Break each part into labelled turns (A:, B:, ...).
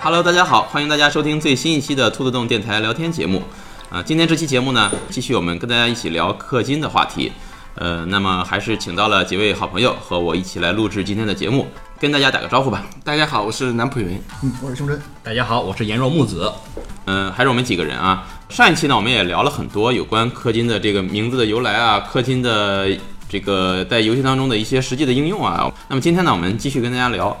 A: Hello，大家好，欢迎大家收听最新一期的兔子洞电台聊天节目。啊、今天这期节目呢，继续我们跟大家一起聊氪金的话题。呃，那么还是请到了几位好朋友和我一起来录制今天的节目，跟大家打个招呼吧。
B: 大家好，我是南浦云。
C: 嗯，我是胸针，
D: 大家好，我是颜若木子。
A: 嗯，还是我们几个人啊。上一期呢，我们也聊了很多有关氪金的这个名字的由来啊，氪金的这个在游戏当中的一些实际的应用啊。那么今天呢，我们继续跟大家聊。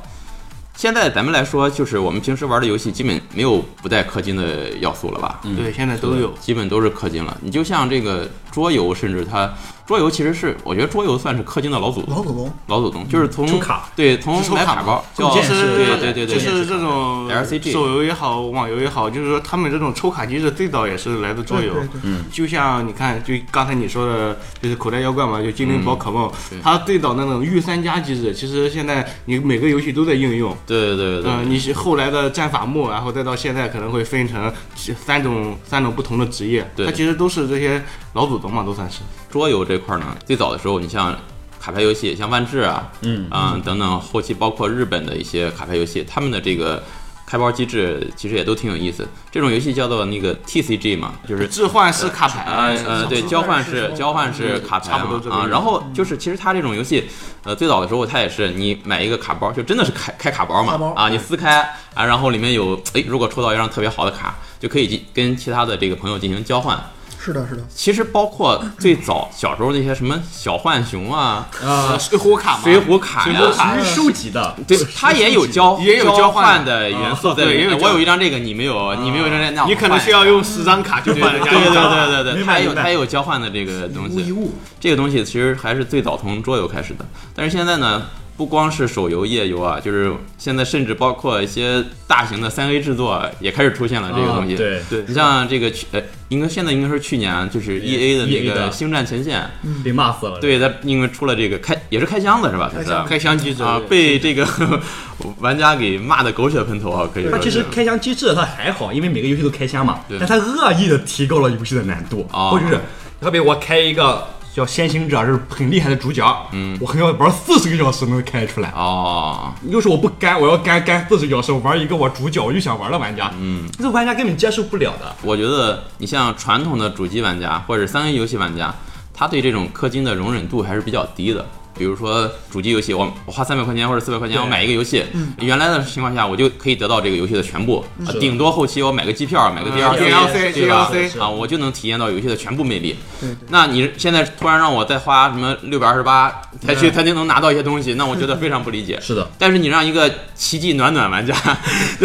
A: 现在咱们来说，就是我们平时玩的游戏，基本没有不带氪金的要素了
D: 嗯
A: 吧？
B: 对，现在都有。
A: 基本都是氪金了。你就像这个桌游，甚至它桌游其实是，我觉得桌游算是氪金的老祖
C: 老祖宗，
A: 老祖宗，就是从
D: 出卡
A: 对从买卡包，叫
B: 就
D: 键
B: 哦是
A: 对对对对，
B: 就是这种
A: LCG
B: 手游也好，网游也好，就是说他们这种抽卡机制最早也是来自
A: 哎
B: 桌游
C: 对。对对，
B: 就像你看，就刚才你说的，就是口袋妖怪嘛，就精灵宝可
D: 嗯
B: 梦，它最早那种御三家机制，其实现在你每个游戏都在应用。
A: 对对对对
B: 嗯、，你是后来的战法木，然后再到现在可能会分成三种三种不同的职业，
A: 对
B: 它其实都是这些老祖宗嘛，都算是。
A: 桌游这块儿呢，最早的时候，你像卡牌游戏，像万智啊，嗯啊、等等，后期包括日本的一些卡牌游戏，他们的这个开包机制其实也都挺有意思。这种游戏叫做那个 TCG 嘛，就是。
B: 置换式卡牌，啊
A: 呃呃，对，交换式交换式卡牌
B: 嗯差不多
A: 嘛
B: 这个意
A: 啊，
B: 思
A: 然后就是其实它这种游戏，呃，最早的时候它也是你买一个卡包，就真的是开开卡包嘛
C: 卡包
A: 啊，你撕开啊，然后里面有哎，如果抽到一张特别好的卡，就可以进跟其他的这个朋友进行交换。
C: 是的，是的，
A: 其实包括最早小时候那些什么小浣熊啊、
B: 嗯
D: 呃，
B: 水浒卡嘛，
A: 水浒卡
B: 水
A: 呀
B: 浒卡，
D: 是收集的，
A: 对，它也有交
B: 也有
A: 交
B: 交换哦
A: 的元素在
B: 对
A: 里
B: 也有
A: 面。
B: 交
A: 我有一张这个，你没有，你没有一张这个，那我
B: 你可能
A: 换一
B: 是
A: 下
B: 要用十张卡去换人
A: 对
B: 家
A: 对
B: 一张。
A: 对对对，
D: 明
A: 它
D: 白
A: 也有
D: 明白
A: 它也有交换的这个东
C: 无一
A: 西。
C: 物，
A: 这个东西其实还是最早从桌游开始的，但是现在呢，不光是手游、页游啊，就是现在甚至包括一些大型的三 A 制作啊也开始出现了这个东西。
D: 啊对
B: 对
A: 你像这个去呃，应该现在应该是去年啊，就是 E A 的那
D: EA
A: 个
D: 的
A: 《星战前线》，
D: 被骂死了。，
A: 对，它因为出了这个开也是开箱子是吧？
C: 开箱
A: 这次
B: 开箱机制
A: 啊，被这个 玩家给骂的狗血喷头啊，可以说
D: 它
A: 是。
D: 其实开箱机制它还好，因为每个游戏都开箱嘛
A: 对，
D: 但它恶意的提高了游戏的难度，
A: 哦
D: 或者是特别我开一个叫先行者，是很厉害的主角，嗯，我可能要玩四十个小时能开出来。啊
A: 哦，
D: 又是我不干，我要干干四十小时，我玩一个我主角我就想玩的玩家，嗯，这玩家根本接受不了的。
A: 我觉得你像传统的主机玩家或者三 A 游戏玩家，他对这种氪金的容忍度还是比较低的。比如说主机游戏，我我花三百块钱或者四百块钱，
D: 对
A: 我买一个游戏，原来的情况下我就可以得到这个游戏的全部，啊顶多后期我买个机票，买个
B: 嗯
A: DLC，、
B: DLC
A: 啊对吧
B: DLC
A: 啊，我就能体验到游戏的全部魅力。
C: 对对，
A: 那你现在突然让我再花什么六百二十八才去才能拿到一些东西，那我觉得非常不理解。
D: 是的，
A: 但是你让一个奇迹暖暖玩家，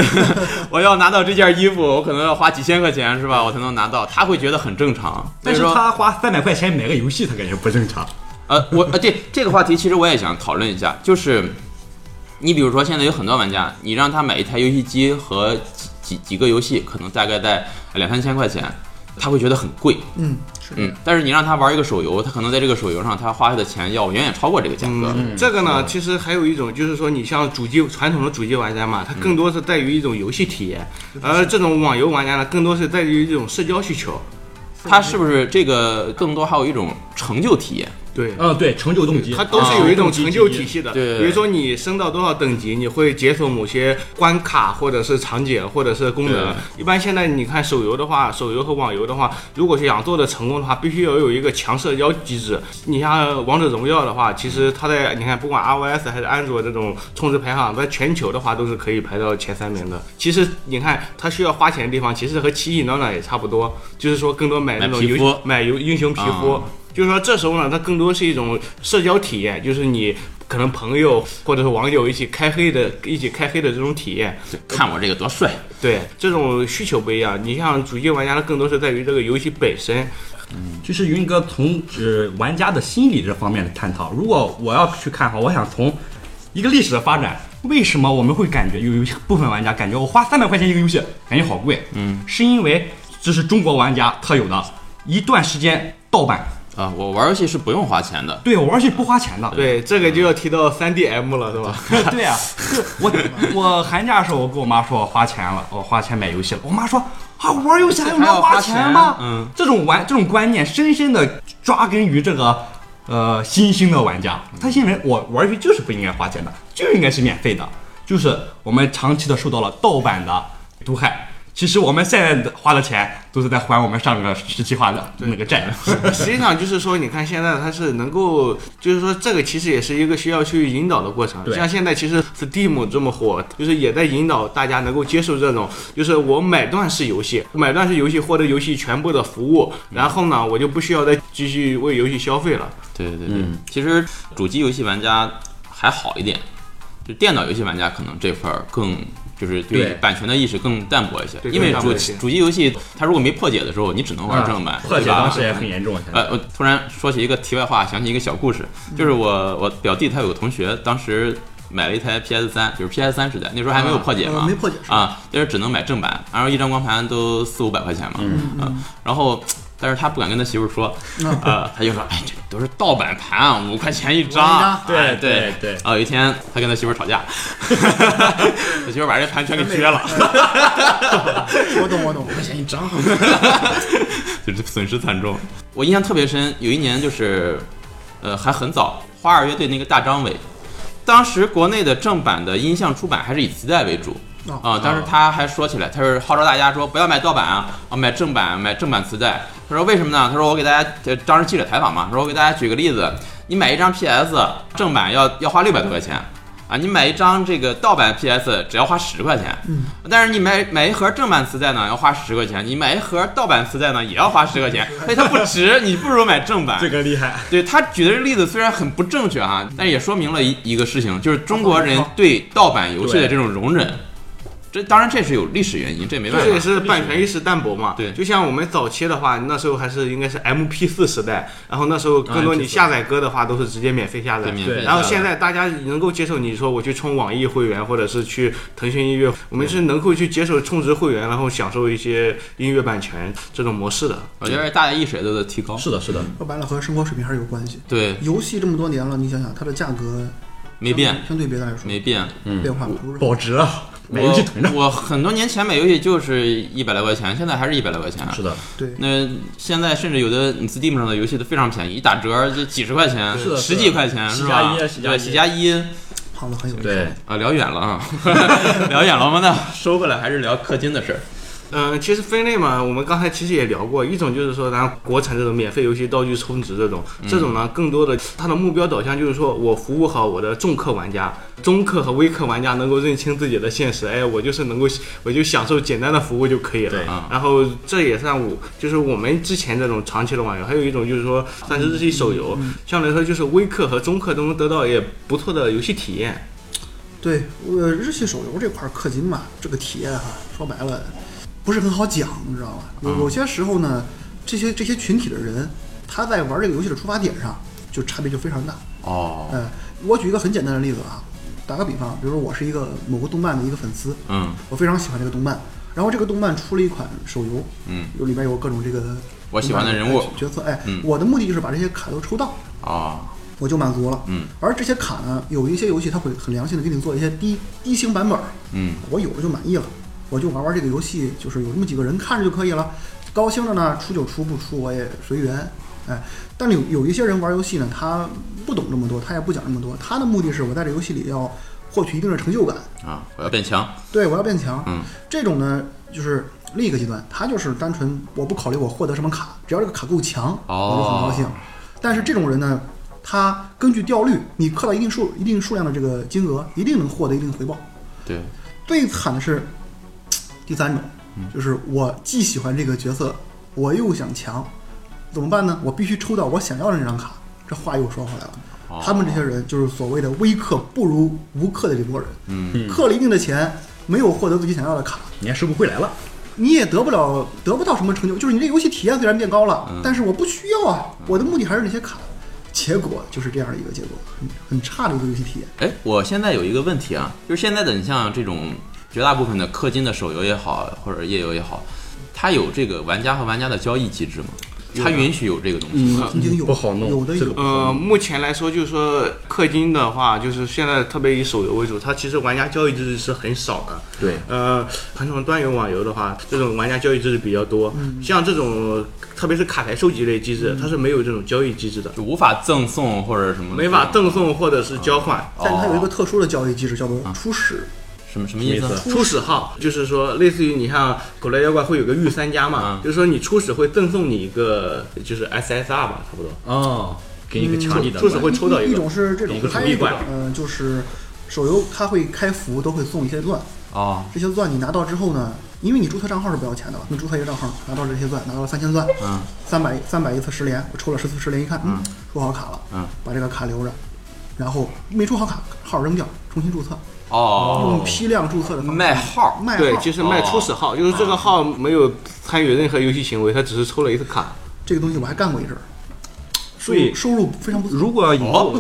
A: 我要拿到这件衣服，我可能要花几千块钱是吧？我才能拿到，他会觉得很正常。所
D: 但
A: 以
D: 是
A: 说，
D: 他花三百块钱买个游戏，他感觉不正常。
A: 呃，我呃对这个话题，其实我也想讨论一下，就是你比如说现在有很多玩家，你让他买一台游戏机和几几几个游戏，可能大概在两三千块钱，他会觉得很贵。
C: 嗯，是的，
A: 嗯，但是你让他玩一个手游，他可能在这个手游上他花的钱要远远超过这个价格。
B: 嗯，这个呢，其实还有一种就是说，你像主机传统的主机玩家
A: 嗯
B: 嘛，它更多是在于一种游戏体验，而这种网游玩家呢，更多是在于一种社交需求。
A: 他是不是这个更多还有一种成就体验？
B: 对，
D: 嗯，对，成就动机，
B: 它都是有一种成就体系的。
A: 啊对
B: 比如说你升到多少等级，你会解锁某些关卡，或者是场景，或者是功
A: 对。
B: 能一般现在你看手游的话，手游和网游的话，如果是想做的成功的话，必须要有一个强社交机制。你像王者荣耀的话，其实它在你看不管 iOS 还是安卓这种充值排行，在全球的话都是可以排到前三名的。其实你看它需要花钱的地方，其实和奇异暖暖也差不多，就是说更多买那种
A: 买皮肤
B: 游买游英雄皮肤。
A: 啊
B: 就是说，这时候呢，它更多是一种社交体验，就是你可能朋友或者是网友一起开黑的，一起开黑的这种体验。
A: 看我这个多帅！
B: 对，这种需求不一样。你像主机玩家，它更多是在于这个游戏本身。
D: 就是云哥从呃玩家的心理这方面的探讨。如果我要去看哈，我想从一个历史的发展，为什么我们会感觉有有一部分玩家感觉我花三百块钱一个游戏感觉好贵？嗯，是因为这是中国玩家特有的一段时间盗版，
A: 啊，我玩游戏是不用花钱的。
D: 对我玩游戏不花钱的。
B: 对，
A: 嗯
B: 这个就要提到 3DM 了，是吧？
D: 对啊，就我 我寒假的时候，我跟我妈说我花钱了，我花钱买游戏了。我妈说啊，玩游戏还用
A: 还
D: 着
A: 要花
D: 花
A: 钱
D: 吗？
A: 嗯，
D: 这种玩这种观念深深的扎根于这个嗯呃新兴的玩家，他认为我玩游戏就是不应该花钱的，就应该是免费的。就就是我们长期的受到了盗版的毒害。其实我们现在的花的钱都是在还我们上个时期花的那个债。
B: 实际上就是说，你看现在它是能够，就是说这个其实也是一个需要去引导的过程。
D: 对
B: 像现在其实 Steam 这么火，就是也在引导大家能够接受这种，就是我买断式游戏，买断式游戏获得游戏全部的服务，
A: 嗯
B: 然后呢，我就不需要再继续为游戏消费了。
A: 对对对，嗯其实主机游戏玩家还好一点，就电脑游戏玩家可能这块儿更就是对
D: 对
A: 版权的意识更淡薄一些，
B: 对
A: 因为
B: 更淡
A: 主
B: 薄一些
A: 主机游戏它如果没破解的时候，你只能玩正版，
D: 嗯破解
A: 对吧
D: 当时也很严重。现在
A: 呃，我突然说起一个题外话，想起一个小故事，
C: 嗯
A: 就是我我表弟他有个同学，当时买了一台 PS 三，就是 PS 三时代，那时候还没有破解嘛
C: 呃，没破解是吧
A: 啊，就是只能买正版，然后一张光盘都四五百块钱嘛，
C: 嗯
A: 啊，然后。但是他不敢跟他媳妇儿说，呃，他就说，哎，这都是盗版盘，啊五块钱一
C: 五块钱一
A: 张
C: 张。
A: 哎
D: 呃对
A: 对
D: 对对
A: 啊，有一天他跟他媳妇儿吵架， 他媳妇儿把这盘全给撅
C: 嗯
A: 了，
C: 我懂我懂，我嫌一张，
A: 就是损失惨重。我印象特别深，有一年就是，呃，还很早，花儿乐队那个大张伟，当时国内的正版的音像出版还是以磁带为主。
C: 哦
A: 啊、当时他还说起来，他是号召大家说不要买盗版啊，啊买正版，买正版磁带。他说为什么呢？他说我给大家，呃当时记者采访嘛，说我给大家举个例子，你买一张 PS 正版要要花六百多块钱，啊，你买一张这个盗版 PS 只要花十块钱，嗯，但是你买买一盒正版磁带呢要花十块钱，你买一盒盗版磁带呢也要花十块钱，所以它不值，你不如买正版。
D: 个厉害，
A: 对他举的这个例子虽然很不正确啊，但也说明了一一个事情，就是中国人对盗版游戏的这种容忍。这当然这是有历史原因，这没办
B: 这也
A: 法。
B: 是版权意识淡薄嘛。
A: 对
B: 就像我们早期的话，那时候还是应该是 MP 4时代，然后那时候更多
A: 啊
B: 你
A: 就是
B: 下载歌的话都是直接免费下载
A: 对，免费
D: 对
B: 然后现在大家能够接受你说我去充网易会员，或者是去腾讯音乐，我们是能够去接受充值会员，然后享受一些音乐版权这种模式的。
A: 我觉得大家意识也都在提高。
D: 是的，是的，
C: 说白了和生活水平还是有关系。
A: 对，
C: 游戏这么多年了，你想想它的价格
A: 没变，，
C: 相对别的来说
A: 没哦变。
C: 变化不是很
D: 保值啊，
A: 我
D: 买游戏囤着。
A: 我很多年前买游戏就是一百来块钱，现在还是一百来块钱。啊
D: 是的，
C: 对，
A: 那现在甚至有的你 Steam 上的游戏都非常便宜，一打折就几十块钱，
D: 是的
A: 十几块钱
D: 是的
A: 吧？
D: 喜加一
A: 对，
D: 喜
A: 喜
D: 加
A: 加一
C: 胖子很有意思。
D: 对，
A: 啊，聊远了啊， 聊远了嘛，那收回来还是聊氪金的事儿。
B: 嗯，其实分类嘛，我们刚才其实也聊过，一种就是说咱国产这种免费游戏道具充值这种，这种呢更多的它的目标导向就是说我服务好我的重氪玩家，中氪和微氪玩家能够认清自己的现实，哎，我就是能够我就享受简单的服务就可以了
D: 对
A: 啊。
B: 然后这也算我就是我们之前这种长期的网游，还有一种就是说算是日系手游，相对来说就是微氪和中氪都能得到也不错的游戏体验。
C: 对，呃，日系手游这块儿氪金嘛，这个体验哈、说白了不是很好讲，你知道吧？
A: 嗯
C: 有有些时候呢，这些这些群体的人，他在玩这个游戏的出发点上，就差别就非常大。
A: 哦，
C: 呃，我举一个很简单的例子啊，打个比方，比如说我是一个某个动漫的一个粉丝，
A: 嗯，
C: 我非常喜欢这个动漫，然后这个动漫出了一款手游，
A: 嗯，
C: 有里面有各种这个
A: 我喜欢的人物
C: 动漫角色，哎，
A: 嗯
C: 我的目的就是把这些卡都抽到，
A: 哦，
C: 我就满足了。
A: 嗯，
C: 而这些卡呢，有一些游戏它会很良心的给你做一些低低星版本，
A: 嗯，
C: 我有了就满意了，我就玩玩这个游戏，就是有这么几个人看着就可以了。高星的呢，出就出，不出我也随缘。哎，但是有有一些人玩游戏呢，他不懂这么多，他也不讲这么多，他的目的是我在这游戏里要获取一定的成就感，
A: 啊，我要变强，
C: 对我要变强。
A: 嗯，
C: 这种呢，就是另一个极端，他就是单纯我不考虑我获得什么卡，只要这个卡够强，我就很高兴。但是这种人呢，他根据调率，你氪到一定数、一定数量的这个金额，一定能获得一定的回报。
A: 对，
C: 最惨的是第三种，
A: 嗯
C: 就是我既喜欢这个角色，我又想强，怎么办呢？我必须抽到我想要的那张卡。这话又说回来了。
A: 哦
C: 他们这些人就是所谓的微氪不如无氪的这波人，
A: 嗯
C: 氪了一定的钱，没有获得自己想要的卡，
D: 你还收不回来了。
C: 你也得不了得不到什么成就，就是你这游戏体验虽然变高
A: 嗯
C: 了，但是我不需要啊，我的目的还是那些卡，结果就是这样的一个结果，很很差的一个游戏体验。
A: 哎，我现在有一个问题啊，就是现在的你像这种绝大部分的氪金的手游也好，或者页游也好，它有这个玩家和玩家的交易机制吗？它允许有这个东西吗？
C: 曾经有
D: 嗯不好弄
C: 有的
D: 这
C: 有
D: 个不好
B: 呃，目前来说，就是说氪金的话，就是现在特别以手游为主，它其实玩家交易制是很少的。
D: 对，
B: 呃，传统端游网游的话，这种玩家交易制比较多。
C: 嗯
B: 像这种，特别是卡牌收集类机制，它是没有这种交易机制的，
A: 就无法赠送或者什么？
B: 没法赠。送或者是交换。
C: 哦但是它有一个特殊的交易机制，叫做初始。
A: 什么什么意
D: 什么意
A: 思
D: 思？
B: 初始号就是说，类似于你像狗来妖怪会有个御三家嘛，
C: 嗯
B: 就是说你初始会赠送你一个就是 SSR 吧，差不多。
D: 哦，给你一个强力的
B: 初始会抽到
C: 一
B: 一个
C: 种是这种
B: 一个，主
C: 还有
B: 力
C: 一种
B: 怪
C: 嗯、就是手游它会开服都会送一些钻，
D: 哦，
C: 这些钻你拿到之后呢，因为你注册账号是不要钱的吧？你注册一个账号，拿到这些钻，拿到了三千钻，
A: 嗯，
C: 三百三百一次十连，我抽了十次十连，一看，嗯，抽好卡了，
A: 嗯，
C: 把这个卡留着，然后没抽好卡号扔掉，重新注册，
A: 哦
C: 用，批量注册的方式
A: 卖号
C: 卖
B: 对，
C: 号，哦
B: 就是卖初始号，就是这个号没有参与任何游戏行为，他只是抽了一次卡。
C: 这个东西我还干过一阵儿，收
D: 所以
C: 入收入非常不错，
D: 如果以后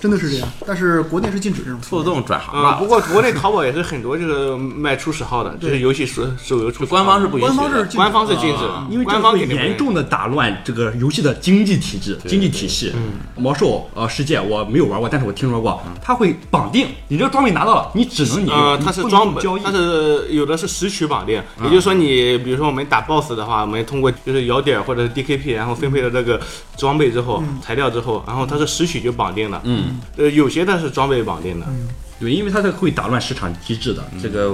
C: 真的是这样，但是国内是禁止这种
A: 触动转行
B: 啊、
A: 了
B: 不，过国内淘宝也是很多就是卖初始号的，就是游戏手手游初始
A: 就
B: 号
A: 官方是不允
C: 官
A: 许
C: 方是
A: 的。啊
C: 禁止的
B: 官方是禁止的，
D: 因为这
B: 啊官
D: 个
B: 方
D: 会
B: 肯定不
D: 严重的打乱这个游戏的经济体制、经济体系。
B: 嗯
D: 魔兽呃世界我没有玩过，但是我听说过，它会绑定你这个装备拿到了，你只能你
B: 呃，它是装
D: 本交
B: 本，
D: 易啊
B: 它。是有的是实取绑定，也就是说你比如说我们打 BOSS 的话，我们通过就是摇点或者是 DKP，然后分配了这个装备之后、
D: 嗯
B: 材料之后，然后它是实取就绑定的，嗯，呃，有些的是装备绑
D: 嗯
B: 定的。
D: 对，因为它是会打乱市场机制的，这个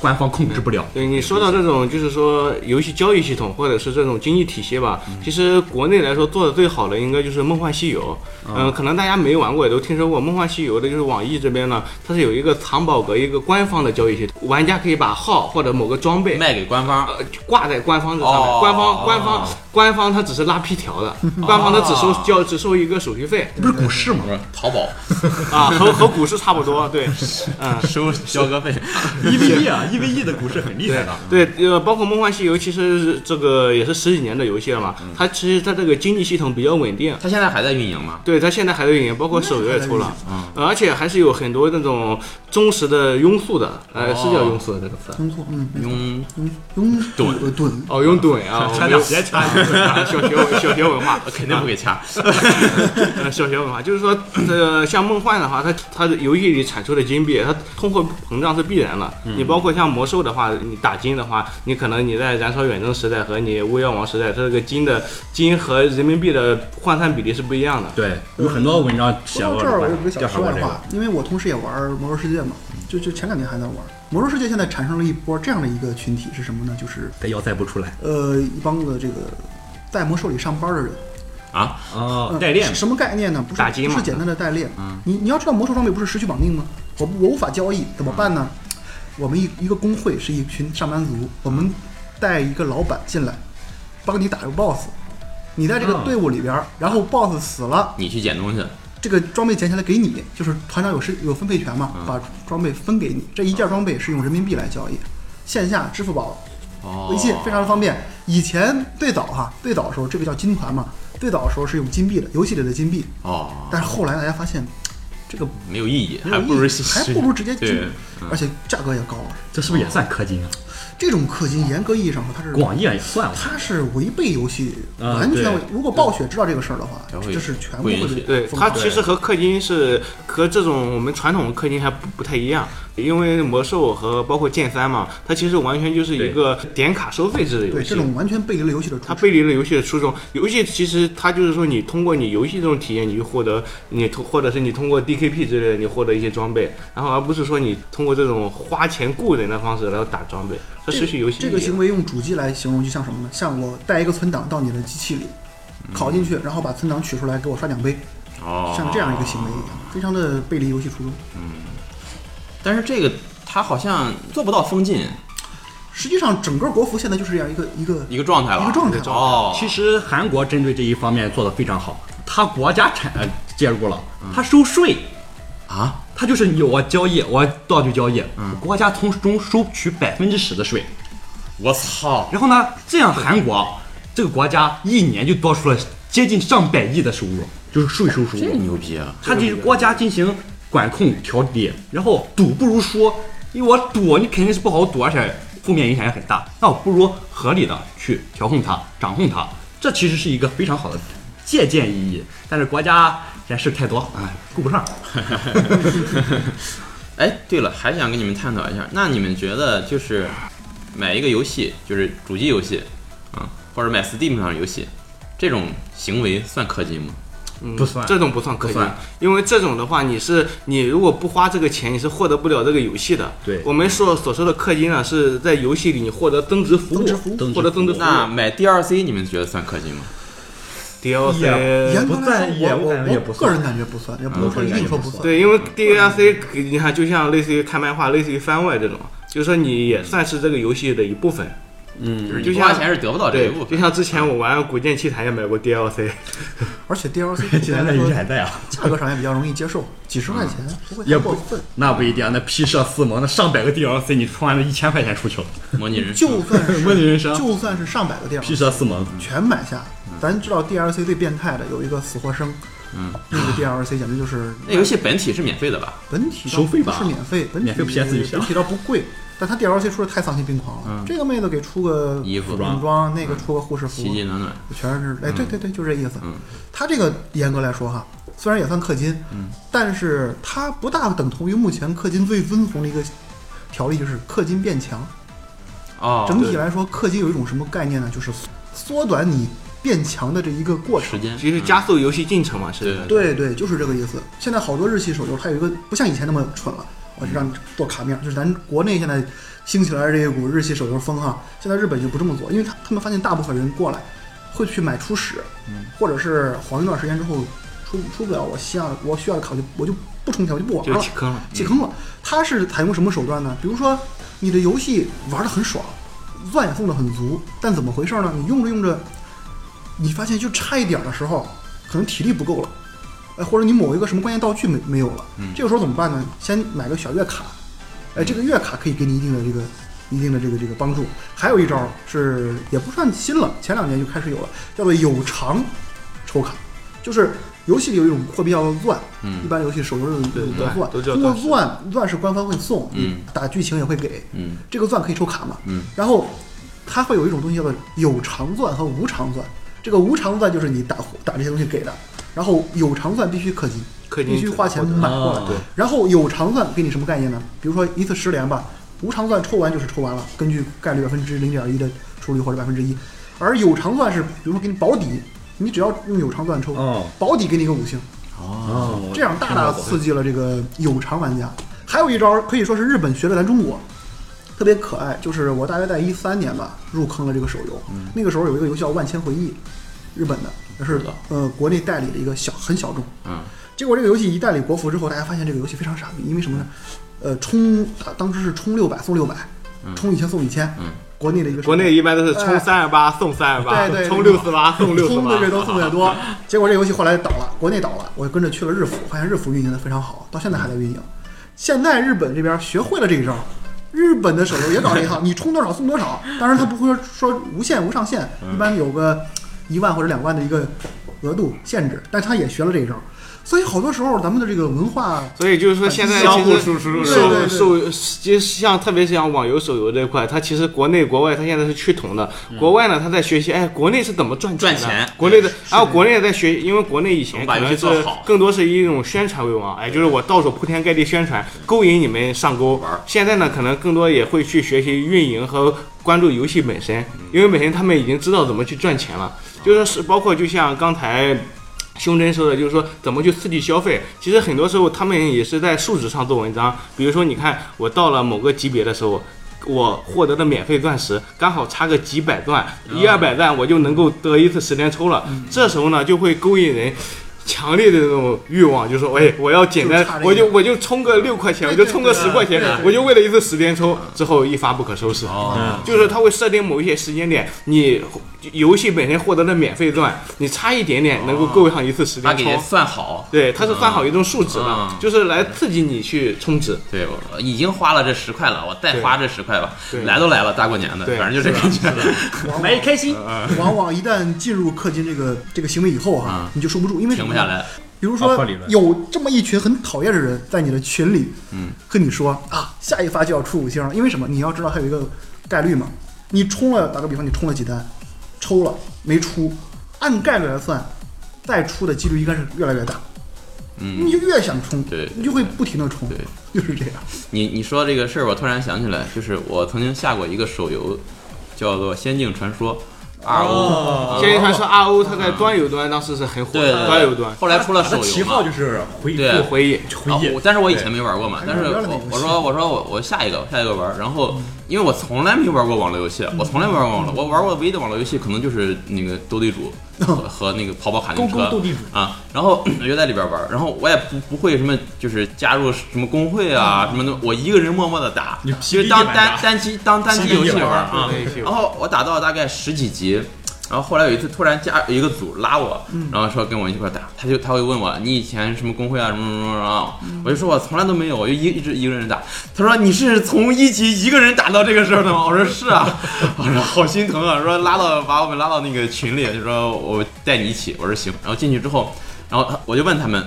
D: 官方控制不了。
B: 嗯对你说到这种，就是说游戏交易系统或者是这种经济体系吧，其实国内来说做的最好的应该就是《梦幻西游》。嗯，可能大家没玩过也都听说过《梦幻西游》的，就是网易这边呢，它是有一个藏宝阁一个官方的交易系统，玩家可以把号或者某个装备。
A: 卖给官方，
B: 呃，挂在官方这上面，
A: 哦哦
B: 官方官方官方它只是拉皮条 的，官方它只收交只收一个手续费
D: 这不是股市吗？
A: 不是淘宝
B: 啊，和和股市差不多，对，嗯，
A: 收交个费，
D: 一 v 一啊，一 v 一的股市很厉害的。
B: 对，呃，包括《梦幻西游》，其实这个也是十几年的游戏了嘛。它其实它这个经济系统比较稳定，
A: 他现在还在运营吗？
B: 对它现在还在运营，包括手游也出
A: 那
B: 了
A: 还在运营，
B: 呃而且还是有很多那种忠实的拥簇的，呃，是叫拥簇的这个词。
C: 用错，嗯，
A: 用
C: 用用呃
A: 趸
C: 趸
B: 哦，拥趸啊，我
D: 差
B: 们
D: 点
B: 有
D: 别插一句
B: 啊小学文小学文化，
A: 肯定不给掐。
B: 呃， 小学文化就是说，呃，像梦幻的话，它它游戏里产出的金币，它通货膨胀是必然的。
A: 嗯
B: 你包括像魔兽的话，你打金的话，你可能你在燃烧远征时代和你巫妖王时代，它这个金的金和人民币的换算比例是不一样的。
D: 对，有很多文章
C: 说
D: 写
C: 到
D: 过
C: 这儿，我有个
D: 这
C: 小
D: 调查
C: 题
D: 过
C: 外
D: 这个
C: 话。，因为我同时也玩《魔兽世界》嘛，就就前两年还在玩《魔兽世界》，现在产生了一波这样的一个群体是什么呢？就是
D: 他腰带不出来
C: 呃一帮子这个在魔兽里上班的人，
A: 啊，
D: 哦
C: 嗯
D: 代练
C: 是什么概念呢？不是
B: 打击嘛
C: 不是简单的代练。你你要知道，魔兽装备不是失去绑定吗？我不我无法交易，怎么办呢？我们一一个工会是一群上班族，我们带一个老板进来，帮你打个 BOSS。你在这个
D: 啊
C: 队伍里边儿，然后 BOSS 死了，
A: 你去捡东西，
C: 这个装备捡起来给你，就是团长有是有分配权嘛，
A: 嗯
C: 把装备分给你。这一件装备是用人民币来交易，线下支付宝、
A: 哦
C: 微信非常方便。以前最早哈，最早的时候这个叫金团嘛，最早的时候是用金币的，游戏里的金币。
A: 哦，
C: 但是后来大家发现，这个
A: 没有意义，
C: 没有
A: 还
C: 意义
A: 不如
C: 还不如直接金
A: 对，，嗯
C: 而且价格也高了。
D: 这是不是也算氪金啊？
C: 这种氪
A: 哦
C: 金，严格意义上说，它是
D: 广义啊上也算了。
C: 它是违背游戏，
D: 啊
C: 完全违
D: 对。
C: 如果暴雪知道这个事儿的话
A: 嗯它，会
C: 这是全部
A: 不
C: 会
A: 允许
C: 被
B: 对，
C: 封
B: 它
C: 号
B: 其实和氪金是和这种我们传统氪金还不不太一样，因为魔兽和包括剑三嘛，它其实完全就是一
D: 对
B: 个点卡收费制的游戏。
C: 对这种完全背离了游戏的初
B: 它
C: 衷。
B: 背离了游戏的初衷。游戏其实它就是说，你通过你游戏这种体验，你去获得你通，或者是你通过 DKP 之类的，你获得一些装备，然后而不是说你通过这种花钱雇人的方式来打装备，它失去游戏
C: 这
B: 意
C: 个
B: 义
C: 行
B: 了。
C: 为用主机来形容，就像什么呢？像我带一个存档到你的机器里，拷进去，然后把存档取出来给我刷奖杯，
A: 哦，
C: 像这样一个行为一样，非常的背离游戏初衷。
A: 但是这个他好像做不到封禁
C: 实际上，整个国服现在就是这样一个一个
A: 一个状态了，
C: 一个状态
A: 哦，
D: 其实韩国针对这一方面做得非常好，它国家产呃介入了，它收税，
A: 嗯啊，嗯
D: 它就是有我交易，我道具交易，国家从中收取百分之十的税。
A: 哦我操，
D: 然后呢，这样韩国这个国家一年就多出了接近上百亿的收入，就是税收收
A: 这
D: 入。
A: 牛逼啊！
D: 它对国家进行管控调理，然后赌不如输，因为我赌你肯定是不好赌，而且负面影响也很大。那我不如合理的去调控它、掌控它，这其实是一个非常好的借鉴意义。但是国家人事太多， 哎，顾不上。
A: 哎，对了，还想跟你们探讨一下，那你们觉得就是买一个游戏，就是主机游戏啊，或者买 Steam 上的游戏，这种行为算氪金吗？
D: 不算。
B: 嗯这种不算氪金
D: 不算，
B: 因为这种的话，你是你如果不花这个钱，你是获得不了这个游戏的。
D: 对
B: 我们所所说的氪金呢，啊是在游戏里你获得增值服务，
C: 增值服务
D: 增值
B: 获得增值服务。啊
A: 那买 DLC 你们觉得算氪金吗？
B: DLC
C: 严格来
D: 不算也
C: 说，我
D: 我感觉也
C: 我
D: 不
C: 我
D: 算
C: 个人嗯感觉不算，也不能说一定说不算。
B: 对，因为 DLC 你看，就像类似于看漫画，类似于番外这种，就是说你也算是这个游戏的一部分。
A: 嗯
B: 就
A: 你
B: 像
A: 花钱是得不到这一
B: 对
A: 部，分
B: 就。像之前我玩《古剑奇谭》也买 过 DLC，
C: 而 且 DLC
D: 现在游戏还
C: 价
D: 在啊？
C: 格上也比较容易接受，几十块钱不会
D: 也
C: 太
D: 不
C: 过分。
D: 那不一定啊，那 P 社四盟那上百个 DLC，你充完了一千块钱出去了。
A: 模拟人生
C: 就算
D: 模拟
C: 是
D: 人生
C: 就算是上百个
D: P
C: DLC
D: 社四盟，
C: 全买下，咱知道 DLC 最变态的有一个死活生，
A: 嗯，
C: 那个 DLC 简直就是
A: 那游戏本体是免费的吧？
C: 本体倒
D: 收费吧
C: 不是免费，本体
D: 免费 PS 就行
C: 本体倒不贵，但它 DLC 出的太丧心病狂了。这个妹子给出个
A: 衣服
C: 服装，那个出个护士服，
A: 奇迹暖暖，
C: 全是哎，对对对，就这意思
A: 嗯。
C: 它这个严格来说哈，虽然也算氪金，但是它不大等同于目前氪金最遵从的一个条例，就是氪金变强。
A: 哦，
C: 整体来说，氪金有一种什么概念呢？就是缩短你变强的这一个过程。
A: 时间
B: 其实加速游戏进程嘛，是
A: 对
C: 对对，就是这个意思。现在好多日系手游，它有一个不像以前那么蠢了，我就让你做卡面，就是咱国内现在兴起来的这一股日系手游风哈。现在日本就不这么做，因为他他们发现大部分人过来会去买初始，
B: 嗯
C: 或者是黄一段时间之后出出不了我需要我需要的卡，我就我就不充钱，我就不玩
B: 就
C: 了
B: 弃，坑了。
C: 弃坑了。他是采用什么手段呢？比如说你的游戏玩的很爽，钻也送的很足，但怎么回事呢？你用着用着，你发现就差一点的时候，可能体力不够了，哎，或者你某一个什么关键道具没没有了，这个时候怎么办呢？先买个小月卡，哎，这个月卡可以给你一定的这个。一定的这个这个帮助，还有一招是也不算新了，前两年就开始有了，叫做有偿抽卡，就是游戏里有一种货币叫做钻，
A: 嗯
C: 一般游戏手游有一种
B: 对对
C: 叫钻，
B: 都叫
C: 通
B: 钻
C: 过
B: 石
C: 钻钻是官方会送，
A: 嗯，
C: 打剧情也会给，
A: 嗯
C: 这个钻可以抽卡嘛，
A: 嗯，
C: 然后它会有一种东西叫做有偿钻和无偿钻，这个无偿钻就是你打打这些东西给的，然后有偿钻必须氪金，
B: 氪金
C: 必须花钱
B: 获得
C: 买过来，
D: 哦对
C: 然后有偿钻给你什么概念呢？比如说一次十连吧，无偿钻抽完就是抽完了，根据概率百分之零点一的出率或者百分之一，而有偿钻是比如说给你保底，你只要用有偿钻抽，
D: 哦
C: 保底给你一个五星，
D: 哦
C: 这样大大刺激了这个有偿玩家。还有一招可以说是日本学的咱中国，特别可爱，就是我大约在一三年吧入坑了这个手游，
B: 嗯
C: 那个时候有一个游戏叫《万千回忆》，日本的，也是呃国内代理的一个小很小众。
A: 嗯，
C: 结果这个游戏一代理国服之后，大家发现这个游戏非常傻逼，因为什么呢？呃，充当当时是充六百送六百，充一千送一千。
A: 嗯，
C: 国内的一个
B: 国内一般都是
C: 哎
B: 充三十八送三十八
C: 对， 对
B: 充六十八送六十
C: 充
B: 八
C: 的，越多送越 多。结果这游戏后来倒了，国内倒了，我就跟着去了日服，发现日服运营的非常好，到现在还在运营。现在日本这边学会了这一招，日本的手游也搞这 一套，你充多少送多少。当然他不会说说无限无上限，
B: 嗯
C: 一般有个一万或者两万的一个额度限制，但他也学了这一招。所以好多时候咱们的这个文化
B: 所以就是说，现在
D: 相
B: 其
D: 互
B: 实
D: 输出
C: 是吧对对
B: 手
C: 对
B: 手，其实像特别是像网游手游这一块，它其实国内国外它现在是趋同的。国外呢，它在学习，哎，国内是怎么赚
A: 赚
B: 的
A: 钱
B: 国内的，然后国内也在学，因为国内以前
A: 怎么把
B: 可
A: 游戏
B: 能是
A: 做好
B: 更多是以一种宣传为王，哎，就是我到处铺天盖地宣传，勾引你们上钩
A: 玩儿。
B: 现在呢，可能更多也会去学习运营和关注游戏本身，因为本身他们已经知道怎么去赚钱了，就是是包括就像刚才。胸针说的，就是说怎么去刺激消费。其实很多时候他们也是在数值上做文章。比如说，你看我到了某个级别的时候，我获得的免费钻石刚好差个几百钻，
C: 啊
B: 一二百钻我就能够得一次十连抽了。
C: 嗯
B: 这时候呢，就会勾引人。强烈的那种欲望，就说，哎，我要简单
C: 就差这，个
B: 我就我就充个六块钱，我
C: 对
B: 就充个
C: 对对
B: 十块钱
C: 对对，对
B: 我就为了一次十连抽，之后一发不可收拾。
D: 嗯
A: 哦，
B: 就是它会设定某一些时间点，你游戏本身获得的免费钻，你差一点点能够够上一次十
A: 哦他
B: 连抽。
A: 给算好，
B: 对，它是算好一种数值的，
A: 嗯
B: 就是来刺激你去充值。
A: 对，我已经花了这十块了，我再
B: 对
A: 花这十块吧
B: 对，
A: 来都来了，大过年的，
B: 对
A: 反正就这感觉。
C: 往往
D: 买一开心，
C: 往往一旦进入氪金这个这个行为以后哈、
B: 嗯
A: 啊
C: 你就收不住，因 为
A: 停不下来。
C: 比如
D: 啊
C: 说
D: 换理论
C: 有这么一群很讨厌的人在你的群里，嗯，跟你说啊，下一发就要出五星了，因为什么？你要知道它有一个概率嘛。你充了，打个比方，你充了几单，抽了没出，按概率来算，再出的几率应该是越来越大。
A: 嗯
C: 你就越想充，
A: 对对
C: 你就会不停的充，
A: 对，
C: 就是这样。
A: 你你说这个事儿，我突然想起来，就是我曾经下过一个手游，叫做《仙境传说》，
B: R O，
D: 哦
B: 现在传说 R O 它在端游端当时是很火
A: 对
B: 的，
A: 对
B: 端游
A: 对
B: 端，
A: 后来出了手
D: 它的旗
A: 游嘛
D: 啊号就是回忆
A: 对
B: 不回忆。
D: 回
A: 啊
D: 忆
A: 我，但是我以前
D: 对
A: 没玩过嘛，
C: 还
A: 但是
C: 玩了那
A: 我
C: 游戏
A: 我说我说我我下一个下一个玩，然后因为我从来没玩过网络游戏，我从来没玩过网络，我玩过唯一的网络游戏可能就是那个斗地主和和那个跑跑卡丁
D: 嗯勾勾
A: 车
D: 斗地主
A: 啊，然后 我就在里边玩，然后我也不不会什么就是加入什么工会啊什么的，我一个人默默的打，
D: 你
A: 就
D: PVE
A: 是当
D: 玩
A: 单
D: 家
A: 单机当单机
D: PVE
A: 游戏玩
D: 玩
A: 啊，
B: 对游戏玩
A: 然后我打到大概十几级，然后后来有一次突然加有一个组拉我，然后说跟我一块儿打，他就他会问我你以前什么工会啊什么什么什么啊，我就说我从来都没有，我就一一直一个人打。他说你是从一级一个人打到这个时候的吗？我说是啊， 我说好心疼啊，说拉到把我们拉到那个群里，就说我带你一起，我说行。然后进去之后，然后我就问他们，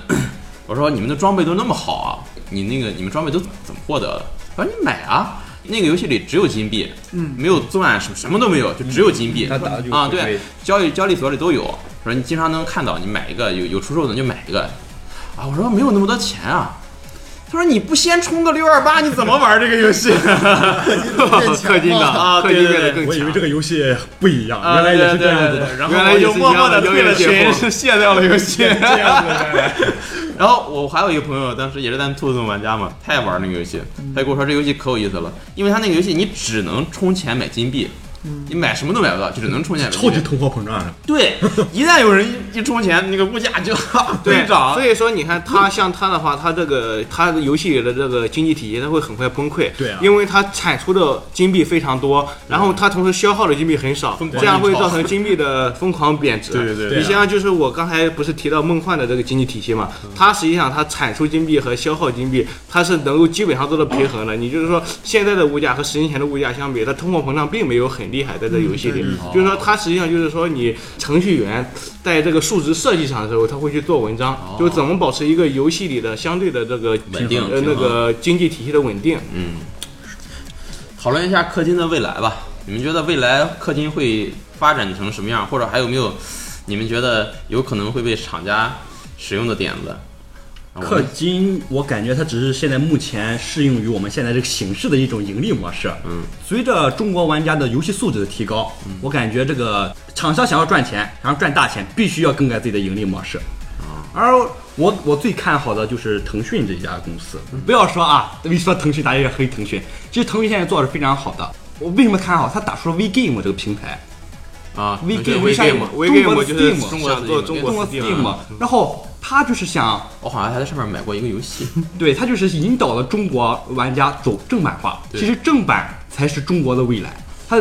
A: 我说你们的装备都那么好啊，你那个你们装备都怎么获得的？他说你买啊。那个游戏里只有金币，
C: 嗯
A: 没有钻，什么什么都没有，就只有金币。
D: 他打的就是
A: 啊，
D: 回
A: 对
D: 归，
A: 交易交易所里都有，说你经常能看到，你买一个有有出售的你就买一个。啊，我说没有那么多钱啊。他说你不先充个六二八，你怎么玩这个游戏？
B: 氪金的
A: 啊
B: 氪
A: 对
B: 金
A: 对
B: 变得
A: 对
B: 更
D: 我以
B: 强
D: 为这。个游戏不一样，
A: 啊
D: 原来也是
A: 对
D: 这样
A: 对
D: 子
A: 对
D: 的
A: 对。然后
B: 原来
A: 我
B: 也
A: 就是默
B: 这样
A: 默的
B: 的
A: 退了
B: 永远解
A: 群，卸掉了游戏。
D: 这样子 的，
A: 然后我还有一个朋友，当时也是咱兔子洞玩家嘛，他也玩那个游戏，
B: 嗯
A: 他就跟我说这游戏可有意思了，因为他那个游戏你只能充钱买金币，
B: 嗯
A: 你买什么都买不到，就只能充钱买金币。
D: 超级通货膨胀啊！
A: 对，一旦有人一一充钱，那个物价 就
B: 对
A: 飞，涨
B: 所。以说你看他像他的话，他这个他游戏里的这个经济体系，他会很快崩溃。
D: 对啊
B: 因为他产出的金币非常多，然后他同时消耗的金币很少
A: 疯，狂
B: 这样会
A: 印钞
B: 造成金币的 疯狂贬值。
A: 对对对
D: 对啊
B: 你像就是我刚才不是提到梦幻的这个经济体系嘛，
A: 嗯
B: 它实际上它产出金币和消耗金币，它是能够基本上做到平衡的。你就是说现在的物价和十年前的物价相比，它通货膨胀并没有很厉害，在这游戏
A: 嗯
B: 里，就是说它实际上就是说你程序员在这个数值设计上的时候，他会去做文章，就怎么保持一个游戏里的相对的这个
A: 哦稳定嗯
B: 呃
A: 平
B: 那
A: 衡
B: 个经济体系的稳定。
A: 讨论一下氪金的未来吧，你们觉得未来氪金会发展成什么样，或者还有没有你们觉得有可能会被厂家使用的点子？啊我
D: 氪
A: 们
D: 金，我感觉它只是现在目前适用于我们现在这个形式的一种盈利模式。
A: 嗯，
D: 随着中国玩家的游戏素质的提高，我感觉这个厂商想要赚钱，想要赚大钱，必须要更改自己的盈利模式。
A: 啊
D: 而我我最看好的就是腾讯这家公司。
A: 嗯
D: 不要说啊，一说腾讯，大家也黑腾讯。其实腾讯现在做的是非常好的。我为什么看好？它打出了 VGame 这个平台，
A: 啊
D: V
A: 腾讯
D: Game
A: 微
D: 上
A: 信
D: 瘾
A: 嘛
D: 嘛
B: v g a
D: 中国的
B: 就是
D: Steam
B: 中国想做中
A: 中
D: 中
B: 国
D: 国 Steam，然后它就是想
A: 我好像还在上面买过一个游戏，
D: 对，它就是引导了中国玩家走正版化。
A: 对
D: 其实正版才是中国的未来，它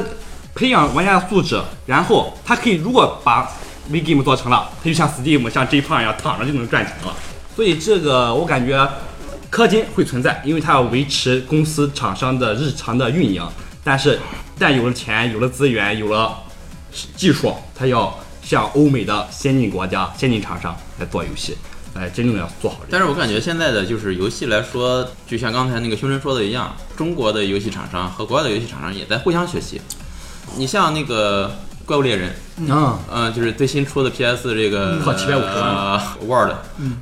D: 培养玩家的素质，然后它可以如果把 VGame 做成了，它就像 Steam、像 J p o n 一样躺着就能赚钱了。所以这个我感觉氪金会存在，因为它要维持公司厂商的日常的运营。但是，但有了钱，有了资源，有了技术，它要向欧美的先进国家、先进厂商来做游戏，来真正的要做好这个。
A: 但是我感觉现在的就是游戏来说，就像刚才那个修真说的一样，中国的游戏厂商和国外的游戏厂商也在互相学习。你像那个《怪物猎人》，
D: 嗯，
A: 嗯，就是最新出的 PS 这个
D: 靠750万
A: 呃 Word，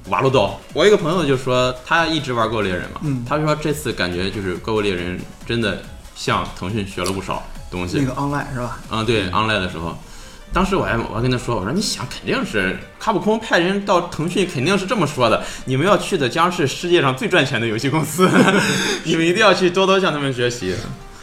A: 瓦
C: 嗯
A: 路豆。我有一个朋友就说他一直玩《怪物猎人》嘛，
C: 嗯
A: 他说这次感觉就是《怪物猎人》真的向腾讯学了不少东西。
C: 那个 online 是吧？
A: 嗯，对，online 的时候，当时我还我还跟他说，我说你想肯定是卡普空派人到腾讯，肯定是这么说的，你们要去的将是世界上最赚钱的游戏公司， 你们一定要去多多向他们学习。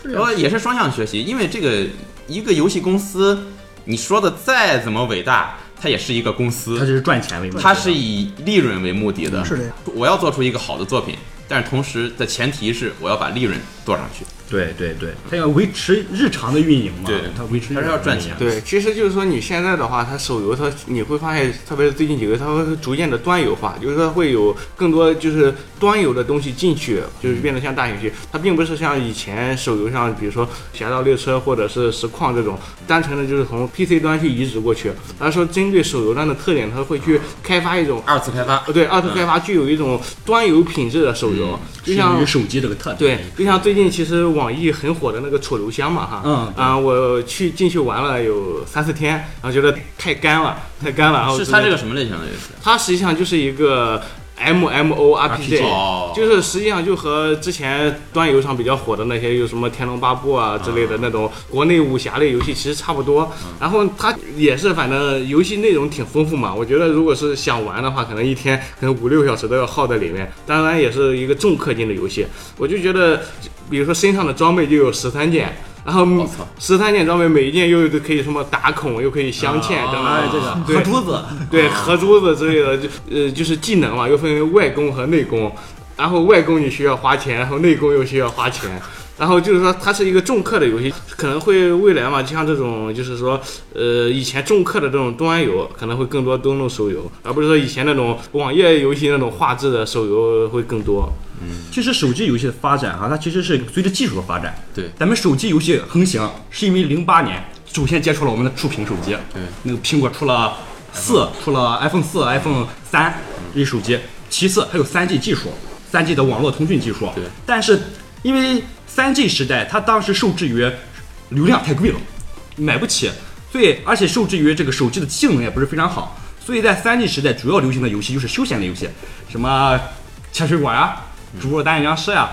A: 然后也是双向学习，因为这个一个游戏公司，你说的再怎么伟大，它也是一个公司，
D: 它就是赚钱为目的。
A: 它是以利润为目的的。
C: 是这样，
A: 我要做出一个好的作品，但是同时的前提是我要把利润做上去。
D: 对对对，它要维持日常的运营嘛，
A: 对
D: 它维持日常的运营
A: 它是要赚钱
B: 对，其实就是说你现在的话，它手游它你会发现，特别是最近几个月，它会逐渐的端游化，就是说会有更多就是端游的东西进去，就是变得像大型去。它并不是像以前手游像比如说《侠盗猎车》或者是《实况》这种单纯的就是从 PC 端去移植过去，而是说针对手游端的特点，它会去开发一种。
A: 二次开发，
B: 呃，对，二次开发具有一种端游品质的手游，就像
D: 基嗯于手机这个特点。
B: 对，就像最近其实网易很火的那个楚留香嘛，哈，
D: 嗯
B: 啊、我去进去玩了有三四天，然后觉得太干了，太干了，然后
A: 是它这个什么类型的游戏？啊
B: 它实际上就是一个 M M O R P G，
A: 哦
B: 就是实际上就和之前端游上比较火的那些，有什么《天龙八部》啊之类的那种国内武侠类游戏，其实差不多。然后它也是，反正游戏内容挺丰富嘛。我觉得如果是想玩的话，可能一天可能五六小时都要耗在里面。当然也是一个重氪金的游戏，我就觉得，比如说身上的装备就有十三件。然后
A: 我操
B: 十三件装备，每一件又可以什么打孔，又可以镶嵌
A: 啊
B: 等等，
A: 哎
D: 这
B: 对
D: 个 和珠子，
B: 对，合珠子之类的，就呃就是技能嘛，又分为外功和内功。然后外功你需要花钱，然后内功又需要花钱。然后就是说，它是一个重氪的游戏，可能会未来嘛，就像这种，就是说，呃，以前重氪的这种端游，可能会更多登陆手游，而不是说以前那种网页游戏那种画质的手游会更多。
D: 其实手机游戏的发展哈、它其实是随着技术的发展。
A: 对
D: 咱们手机游戏横行，是因为零八年首先接触了我们的触屏手机。
A: 对，嗯
D: 那个苹果出了四，出了 iPhone 四、iPhone 三这些手机。其次还有三 G 技术，三 G 的网络通讯技术。
A: 对，
D: 但是因为三 G 时代，它当时受制于流量太贵了，买不起，所以而且受制于这个手机的性能也不是非常好。所以在三 G 时代，主要流行的游戏就是休闲类游戏，什么 切水果呀、煮肉单人僵尸呀，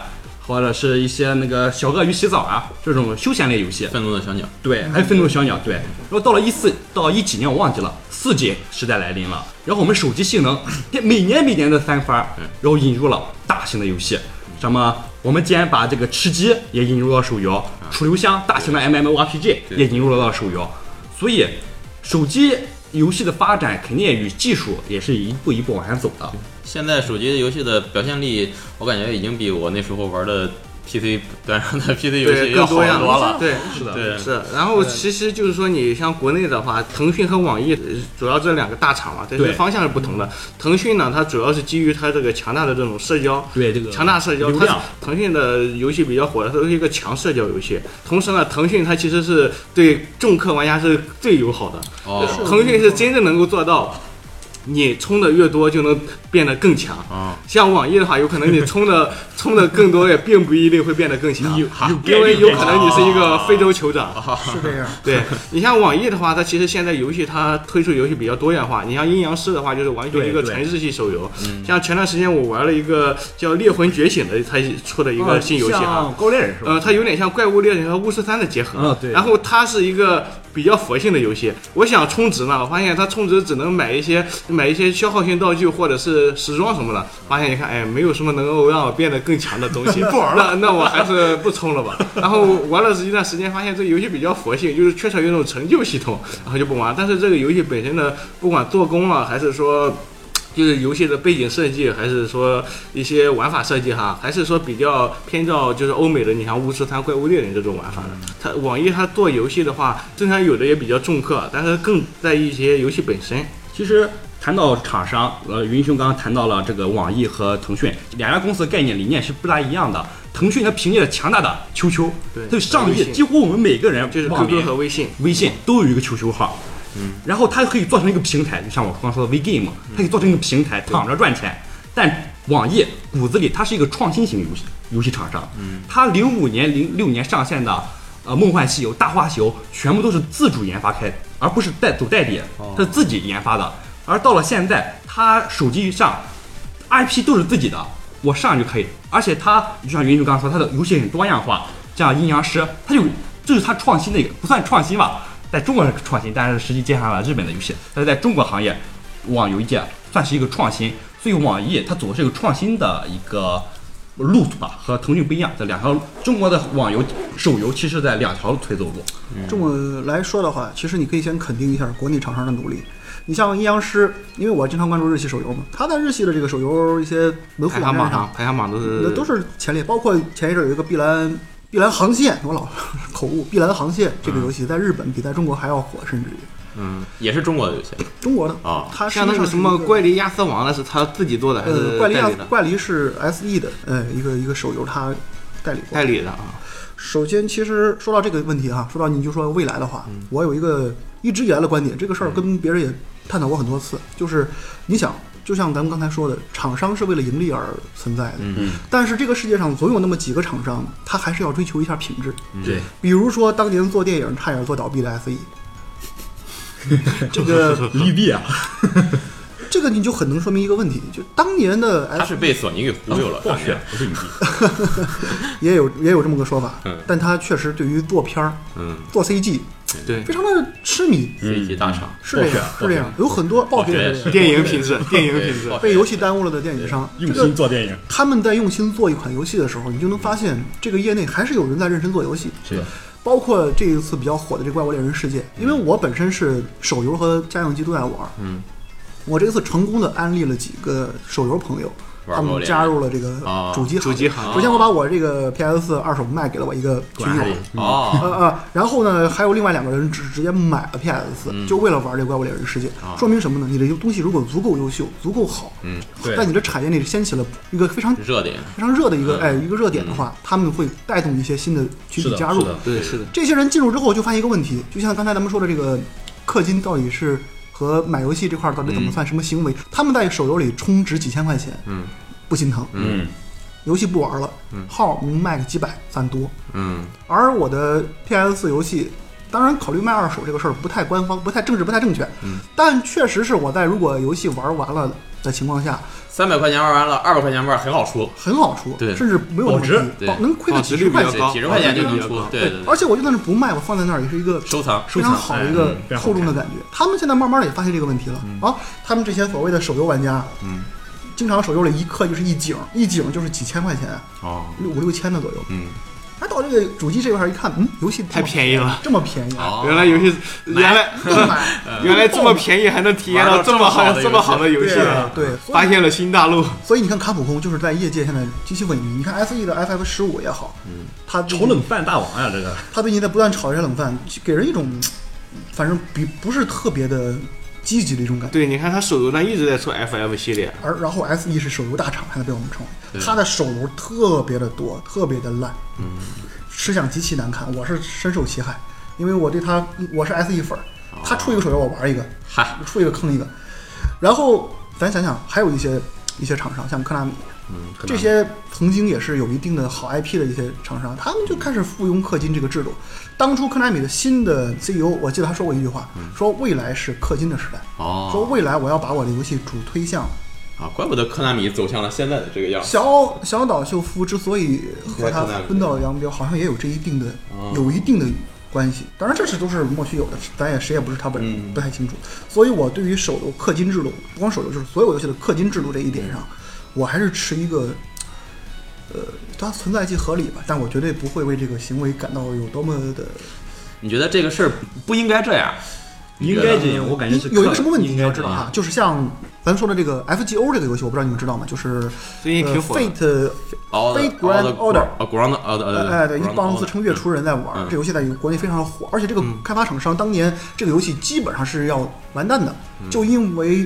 D: 或者是一些那个小鳄鱼洗澡啊这种休闲类游戏。
A: 愤怒的小鸟，
D: 对，还有愤怒的小鸟，对。然后到了一四到一几年我忘记了，四 G 时代来临了，然后我们手机性能每年每年的翻番儿，
B: 嗯
D: 然后引入了大型的游戏，什么我们竟然把这个吃鸡也引入到手游，
B: 嗯
D: 楚留香大型的 MMORPG
A: 对
D: 也引入了到手游，所以手机游戏的发展肯定也与技术也是一步一步往下走
B: 嗯
D: 的。
A: 现在手机游戏的表现力，我感觉已经比我那时候玩的 PC 端上的 PC 游戏
B: 对，
A: 要
B: 更
A: 好得
B: 样
A: 多了。
B: 对，
D: 是的
A: 对，
B: 是，然后其实就是说，你像国内的话，腾讯和网易呃主要这两个大厂嘛，但是
D: 对
B: 方向是不同的。腾讯呢，它主要是基于它这个强大的这种社交。
D: 对这个
B: 强大社交，
D: 流
B: 它
D: 量
B: 腾讯的游戏比较火的，它是一个强社交游戏。同时呢，腾讯它其实是对重氪玩家是最友好的。
A: 哦
C: 是
B: 腾讯是真正能够做到，你充的越多就能变得更强。
A: 啊，
B: 像网易的话，有可能你充的充的更多，也并不一定会变得更强，因为有可能你是一个非洲酋长。
C: 是这样。
B: 对你像网易的话，它其实现在游戏它推出游戏比较多元化。你像阴阳师的话，就是完全
D: 对
B: 一个
D: 对嗯
B: 纯日系手游。像前段时间我玩了一个叫《猎魂觉醒》的，它出的一个新游戏哈。
D: 哦像高猎人是吧？
B: 呃，它有点像怪物猎人和巫师三的结合。
D: 啊对
B: 然后它是一个比较佛性的游戏。我想充值呢，我发现它充值只能买一些买一些消耗性道具或者是时装什么的。发现一看，哎，没有什么能够让我变得更强的东西，不玩了。那那我还是不充了吧。然后玩了一段时间，发现这游戏比较佛性，就是缺少一种成就系统，然后就不玩。但是这个游戏本身的，不管做工啊，还是说。就是游戏的背景设计，还是说一些玩法设计哈，还是说比较偏照就是欧美的，你像巫师三、怪物猎人这种玩法的。它网易它做游戏的话，正常有的也比较重氪，但是更在意一些游戏本身。
D: 其实谈到厂商，呃，云兄刚刚谈到了这个网易和腾讯两家公司的概念理念是不大一样的。腾讯它凭借着强大的 QQ，
B: 对
D: 它就上
B: 微
D: 亿，
B: 信
D: 几乎我们每个人
B: 就是
D: 网
B: QQ
D: 民
B: 和微信，
D: 微信都有一个 QQ 号。嗯，然后它可以做成一个平台，就像我刚刚说的 VGame，它可以做成一个平台，躺着赚钱。但网易骨子里它是一个创新型游戏游戏厂商，嗯，它零五年、零六年上线的呃《梦幻西游》《大话西游》全部都是自主研发开的，而不是代走代理，它是自己研发的。而到了现在，它手机上 IP 都是自己的，我上就可以。而且它就像云叔刚刚说，它的游戏很多样化，像阴阳师，它就这是它创新的一个，不算创新吧，在中国是创新，但是实际接下了日本的游戏，但是在中国行业网游界算是一个创新。所以网易它走的是一个创新的一个路子吧，和腾讯不一样。这两条中国的网游手游其实在两条腿走路。
C: 这么来说的话，其实你可以先肯定一下国内厂商的努力。你像阴阳师，因为我经常关注日系手游嘛，它在日系的这个手游一些门户
B: 排行
C: 网站
B: 榜
C: 上
B: 上，排行榜都
C: 那
B: 是
C: 都是前列，包括前一阵有一个碧蓝碧蓝航线，我老 口误，碧蓝航线这个游
B: 嗯
C: 戏在日本比在中国还要火，甚至于
A: 嗯，也是中国的游戏
C: 中国的
A: 啊
C: 它实际
B: 哦像
C: 上
B: 那个
C: 是
B: 什
C: 一
B: 么怪力亚瑟王，那是他自己做的还
C: 呃
B: 是
C: 怪力
B: 代
C: 亚
B: 理的？
C: 怪力是 S E 的呃一个一个手游，它代理过
B: 代。理的啊，
C: 首先，其实说到这个问题啊哈、说到你就说未来的话，
A: 嗯
C: 我有一个一直以来的观点，这个事儿跟别人也探讨过很多次，就是你想，就像咱们刚才说的，厂商是为了盈利而存在的，
A: 嗯
C: 但是这个世界上总有那么几个厂商，他还是要追求一下品质，
A: 嗯
D: 对，
C: 比如说当年做电 E，影差点做倒闭的 SE，这个
D: 利弊啊，
C: 这这个你就很能说明一个问题，就当年的
A: 他
C: F
A: 是被索尼给忽悠了，
D: 暴雪不是雨滴，
C: 也有也有这么个说法
A: 嗯，
C: 但他确实对于做片儿、
A: 嗯
C: 做 CG
B: 对
C: 非常的痴迷，
A: ，C 级大厂，
C: 是这
D: 暴雪
C: 样，是这样，有很多暴雪也是这 样
B: 电影品质，电影品质
A: 对，
C: 被游戏耽误了的电影商，这
D: 用
C: 个
D: 心做电影，
C: 他们在用心做一款游戏的时候，你就能发现这个业内还是有人在认真做游戏。
D: 是的，
C: 包括这一次比较火的这《怪物猎人世界》，因为我本身是手游和家用机都在玩，
A: 嗯，
C: 我这次成功的安利了几个手游朋友，
A: 玩
C: 他
A: 过
C: 们
A: 猎人
C: 加入了这个
A: 哦
C: 主机行
B: 主
C: 列。
B: 机行
A: 啊
C: 首先，我把我这个 PS 二手卖给了我一个群友，
A: 哦，
C: 呃呃，然后呢，还有另外两个人直直接买了 PS，、就为了玩这《怪物猎人世界》
A: 啊
C: 说明什么呢？你的东西如果足够优秀、足够好，
A: 嗯，
D: 对
C: 在你的产业内掀起了一个非常
A: 热点，
C: 非常热的一个
A: 嗯
C: 哎一个热点的话，他们会带动一些新的群体
D: 是的，
C: 加入
D: 是。的，
B: 对，是的，
C: 这些人进入之后，就发现一个问题，就像刚才咱们说的这个氪金到底是和买游戏这块儿到底怎
D: 嗯
C: 么算什么行为？他们在手游里充值几千块钱，
A: 嗯，
C: 不心疼，
D: 嗯，
C: 游戏不玩了，号卖个几百算多。
A: 嗯
C: 而我的 PS 游戏，当然考虑卖二手这个事儿不太官方、不太政治、不太正确，
D: 嗯
C: 但确实是我在如果游戏玩完了的情况下，
A: 三百块钱玩完了，二百块钱玩很好出，
C: 很好出，
A: 对
C: 甚至没有那
D: 保
C: 么
D: 值
C: 低
A: 对
C: 保能亏个
B: 保
C: 几
B: 值
C: 十
B: 率比
C: 块
B: 较
C: 钱。
A: 几十块钱就能出，对对
C: 而
A: 对，
C: 且我就算是不卖，我放在那儿也是一个
A: 收藏，
C: 非常好的一个
D: 嗯非常好
C: 厚重的感觉。他们现在慢慢的也发现这个问题了、啊，他们这些所谓的手游玩家，
A: 嗯，
C: 经常手游里一氪就是一景，一景就是几千块钱，
A: 哦，
C: 六五六千的左右。
A: 嗯，
C: 哎，到这个主机这块儿一看，嗯，游戏
B: 太便宜了，
C: 这么便宜啊，
A: 哦，
B: 原来游戏原来
C: 不 买，
B: 原来这么便宜还能体验到这么好这么好的游戏
C: 对，啊对，所
B: 发
C: 以
B: 现了新大陆，
C: 所以你看卡普空就是在业界现在极其萎靡。你看 S E 的 F F 十五也好，嗯，它
D: 炒冷饭大王呀，啊这个
C: 他最近在不断炒这些冷饭，给人一种反正比不是特别的积极的一种感觉。
B: 对，你看他手游呢一直在出 FF 系列，
C: 而然后 S E 是手游大厂，还能被我们称为，它的手游特别的多，特别的烂，嗯，吃相极其难看，我是深受其害，因为我对它我是 S E 粉儿，它出一个手游我玩一个，
A: 嗨，
C: 出一个坑一个，然后咱想想还有一些一些厂商，像嗯科纳米，这些曾经也是有一定的好 IP 的一些厂商，他们就开始附庸氪金这个制度。当初科纳米的新的 CEO，我记得他说过一句话，说未来是氪金的时代，说
A: 哦，
C: 未来我要把我的游戏主推向
A: 啊，怪不得科纳米走向了现在的这个样子，
C: 小小岛秀夫之所以和他分道扬镳，好像也有这一定的、
D: 嗯
A: 哦
C: 有一定的关系。当然，这是都是莫须有的，咱也谁也不是他本人，
A: 嗯
C: 不太清楚。所以我对于手游氪金制度，不光手游，就是所有游戏的氪金制度这一点上，我还是持一个。呃，它存在即合理吧，但我绝对不会为这个行为感到有多么的。
A: 你觉得这个事儿不应该这样？
D: 应该这样，我感觉是
C: 有一个什么问题
D: 应
C: 你
D: 该
C: 要
D: 这
C: 知道
D: 样
C: 啊，就是像咱说的这个 FGO 这个游戏，我不知道你们知道吗？就是
B: 最近
C: 呃
B: 挺火的
C: Fate
A: 哦
C: Fate Grand Order
A: 啊，Grand 呃呃，
C: 哎，对，一
A: Grand
C: 帮自
A: Order
C: 称月厨人在玩儿
A: 嗯
C: 这游戏，在国内非常的火，而且这个开发厂商当年这个游戏基本上是要完蛋的，
A: 嗯
C: 就因为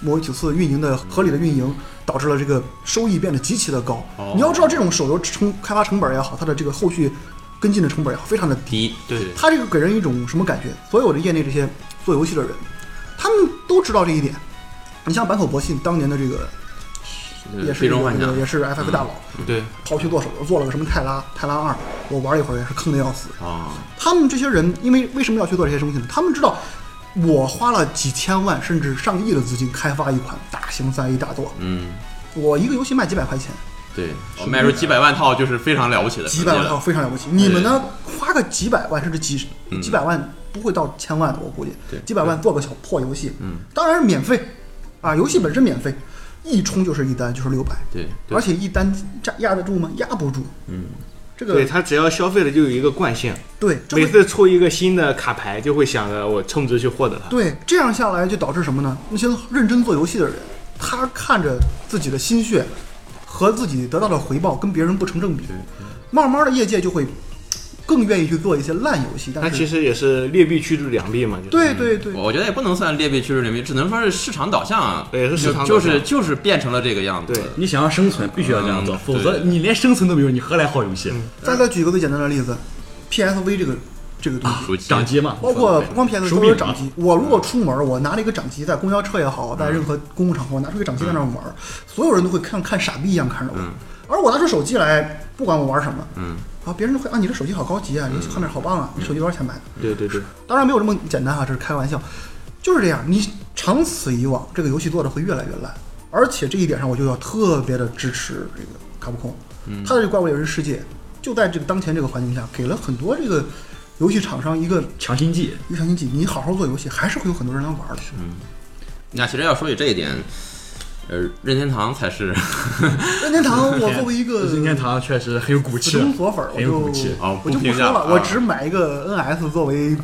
C: 某几次运营的合理的运营，导致了这个收益变得极其的高
A: 嗯哦。
C: 你要知道，这种手游成开发成本也好，它的这个后续跟进的成本也好，非常的低。
A: 第一，对，
C: 他这个给人一种什么感觉？所有的业内这些做游戏的人，他们都知道这一点。你像坂口博信当年的这个也是
A: 最
C: 一个
A: 终幻
C: 这个
A: 想嗯
C: 也是 FF 大佬，
B: 对，
C: 跑去做手游，做了个什么泰拉泰拉二，我玩一会儿也是坑的要死。
A: 啊，
C: 他们这些人，因为为什么要去做这些东西呢？他们知道，我花了几千万甚至上亿的资金开发一款大型三 A 大作，
A: 嗯，
C: 我一个游戏卖几百块钱，
A: 对，我卖出几百万套就是非常了不起的成
C: 几
A: 绩了，
C: 百万啊套非常了不起。你们呢，花个几百万甚至几
A: 嗯
C: 几百万，不会到千万的，我估计
A: 对，嗯
C: 几百万做个小破游戏，当然是免费啊，游戏本身免费，一充就是一单就是六百，
A: 对，
C: 而且一单压压得住吗？压不住，嗯，这
B: 对
C: 个
B: 他只要消费了就有一个惯性，
C: 对，这
B: 每
C: 会
B: 次出一个新的卡牌就会想着我充值去获得它。
C: 对，这样下来就导致什么呢？那些认真做游戏的人，他看着自己的心血和自己得到的回报跟别人不成正比，慢慢的业界就会更愿意去做一些烂游戏。
B: 那
C: 但
B: 其
C: 是，
B: 实嗯也是劣币驱逐良币嘛，就是
C: 对对对，
A: 我觉得也不能算劣币驱逐良币，只能说是市场导向，啊
B: 对是市场
A: 就
B: 导向
A: 就是就是变成了这个样子。
B: 对
D: 你想要生存，必须要这样做，
A: 嗯
D: 否则
A: 对
D: 你连生存都没有，你何来好游戏？
C: 再再举一个最简单的例子，PSV 这个这个东西。
A: 熟悉
D: 掌机嘛，
C: 包括不光 PS
D: 手
C: 都
D: 柄
C: 有
D: 嘛
C: 掌机。我如果出门，我拿了一个掌机，在公交车也好，在任何公共场合，我拿出一个掌机在那儿玩，所有人都会看看傻逼一样看着我。而我拿出手机来，不管我玩什么，
A: 嗯，
C: 啊，别人都会啊，你这手机好高级啊，你这画面好棒啊，你手机多少钱买的？
B: 对对对，
C: 啊当然没有这么简单哈、这是开玩笑。就是这样，你长此以往，这个游戏做的会越来越烂。而且这一点上，我就要特别的支持这个卡普空，他的这个《怪物猎人世界》就在这个当前这个环境下，给了很多这个游戏厂商一个
D: 强心剂。
C: 一个强心剂。你好好做游戏，还是会有很多人来玩的。
A: 那其实要说起这一点，呃，任天堂才 是
C: 任天堂，我作为一个
D: 任天堂确实很有骨
C: 死
D: 气，啊
C: 忠佛粉儿，我
D: 很有
C: 就
D: 骨气
A: 哦不
C: 我就不
A: 评
C: 说
A: 价
C: 了
A: 了，
C: 我
A: 啊
C: 只买一个 NS 作为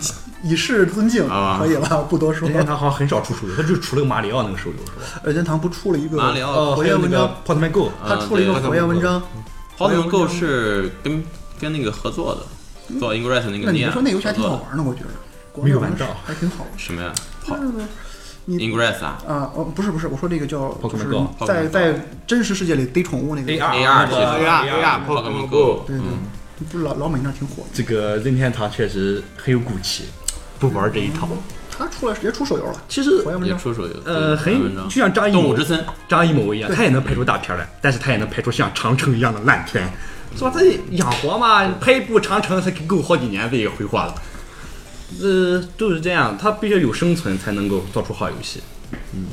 C: 以示尊敬，
A: 啊
C: 可以了，不多说
D: 任。天堂好像很少出手游，它就除了马里奥那个手游是吧？
C: 任天堂不出了一个
A: 马里奥
D: 呃，
C: 火
D: 还
C: 焰
D: 有那
C: 文
D: 个
C: 章，
D: 《Potman Go》，啊
C: 他
A: 呃
C: 出了一个火焰文章，
A: p o k e m o n Go 是跟跟那个合作的，做 Ingress 那
C: 嗯那
A: 个
C: 你
A: NEA
C: 别说那游戏还挺好
A: 合作的
C: 玩呢，我觉得国
D: 没
C: 内
D: 有
C: 玩
D: 玩到
C: 还挺好玩。
A: 什么呀
C: 就
A: ？Pop
C: 是你
A: Ingress 啊
C: 啊，哦，不是不是，我说那个叫就
D: Pokemon
C: 是
D: Go，
C: 在
A: Pokemon Go
C: 在真实世界里逮宠啊物那个
D: AR
A: AR
D: 那个
A: 对
B: AR AR
A: 跑 Go，
B: Pokemon Go
C: 对对，不是老老美那挺火的，
D: 这个任天堂确实很有骨气，不玩这一套。
C: 他出来直接出手游了。
D: 其实
C: 火焰文
A: 也
C: 章
A: 出手游，
D: 呃，
A: 对文
D: 很
A: 章
D: 就像张艺
A: 嗯动
D: 谋
A: 物之森，
D: 张艺谋一样，他也能拍出大片来，但是他也能拍出像《长城》一样的烂片，是吧？他养活嘛，拍一部《长城》才够好几年自己挥霍了。呃，就是这样，他必须有生存才能够做出好游戏。嗯，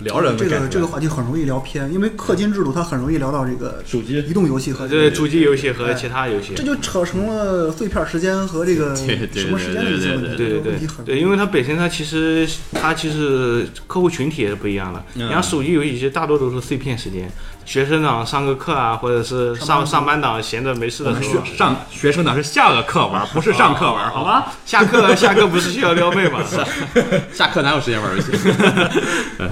D: 聊人
C: 这个这个话题很容易聊偏，因为氪金制度它很容易聊到这个
D: 手机
C: 移动游戏和这
B: 这
C: 个
B: 主机游戏和其他游戏
C: 这。就扯成了碎片时间和这个
A: 对对对
C: 什么时间的一些问题，
B: 对对
C: 这个问题
B: 对
C: 很
B: 对，因为它本身它其实它其实客户群体也是不一样的。你像手机游戏，其实大多都是碎片时间，学生党上个课啊，或者是上上班党闲着没事的时候，
D: 上呃学生党是下个课
C: 啊
D: 玩，不是上课玩，好吧？
B: 啊下课下课不是去要撩妹 嘛？
A: 下课哪有时间玩游戏？嗯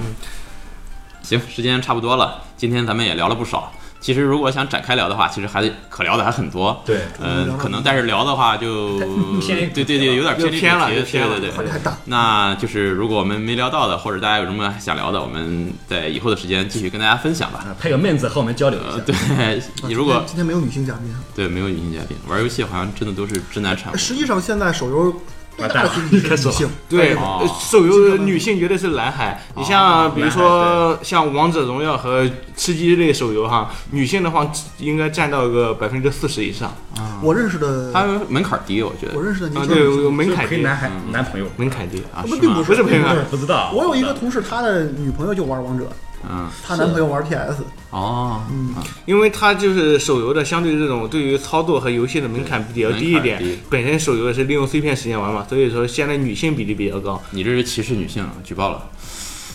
A: 行，时间差不多了，今天咱们也聊了不少。其实如果想展开聊的话，其实还可聊的还很多。
D: 对
A: 嗯，可能但是聊的话就
D: 偏
A: 对对对，有点
B: 又
A: 离
B: 偏了
A: 主题
B: 又偏了
A: 对对
C: 话
A: 对
C: 题。太大。
A: 那就是如果我们没聊到的，或者大家有什么想聊的，我们在以后的时间继续跟大家分享吧。
D: 呃配个妹子和我们交流一
A: 呃，
D: 下。
A: 对，你如
C: 今
A: 果
C: 天今天没有女性嘉宾，
A: 对没有女性嘉宾，玩游戏好像真的都是直男产物。
C: 实际上现在手游最大的群体是
D: 完蛋了
C: 女性，
B: 对，
A: 哦
B: 呃手游女性绝对是蓝海。你像比如说像王者荣耀和吃鸡类手游哈，女性的话应该占到个百分之四十以上。
C: 我认识的
A: 它门槛低，我觉得
C: 我认识的年
B: 啊，
C: 轻
B: 对，
C: 人，
B: 有门槛
D: 可
B: 低
D: 以，男孩
A: 嗯
D: 男朋友，
B: 门槛低。
A: 啊，
C: 不
A: 是
C: 并
A: 吗
C: 不
B: 不是朋友
C: 不
D: 不知道
C: 我有一个同事，他的女朋友就玩王者，
A: 嗯
C: 她男朋友玩 PS，
A: 哦啊
B: 因为它就是手游的相对这种对于操作和游戏的门槛比较低一点
A: 门槛低，
B: 本身手游也是利用碎片时间玩嘛，所以说现在女性比例比较高。
A: 你这是歧视女性，举报了。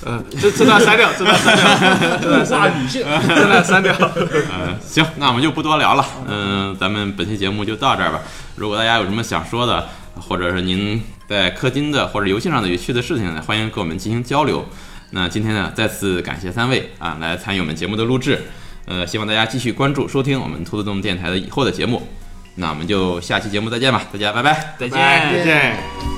B: 嗯，这这段删掉，这段删掉，这段删
D: 哇，
B: 掉，
D: 女性。
B: 这段删掉。
A: 呃，行，那我们就不多聊了。嗯、咱们本期节目就到这儿吧。如果大家有什么想说的，或者是您在氪金的或者游戏上的有趣的事情呢，欢迎跟我们进行交流。那今天呢，再次感谢三位啊来参与我们节目的录制。呃，希望大家继续关注收听我们兔子洞电台的以后的节目。那我们就下期节目再见吧，大家拜拜。
B: 哎再见，
C: 再见
B: 再见。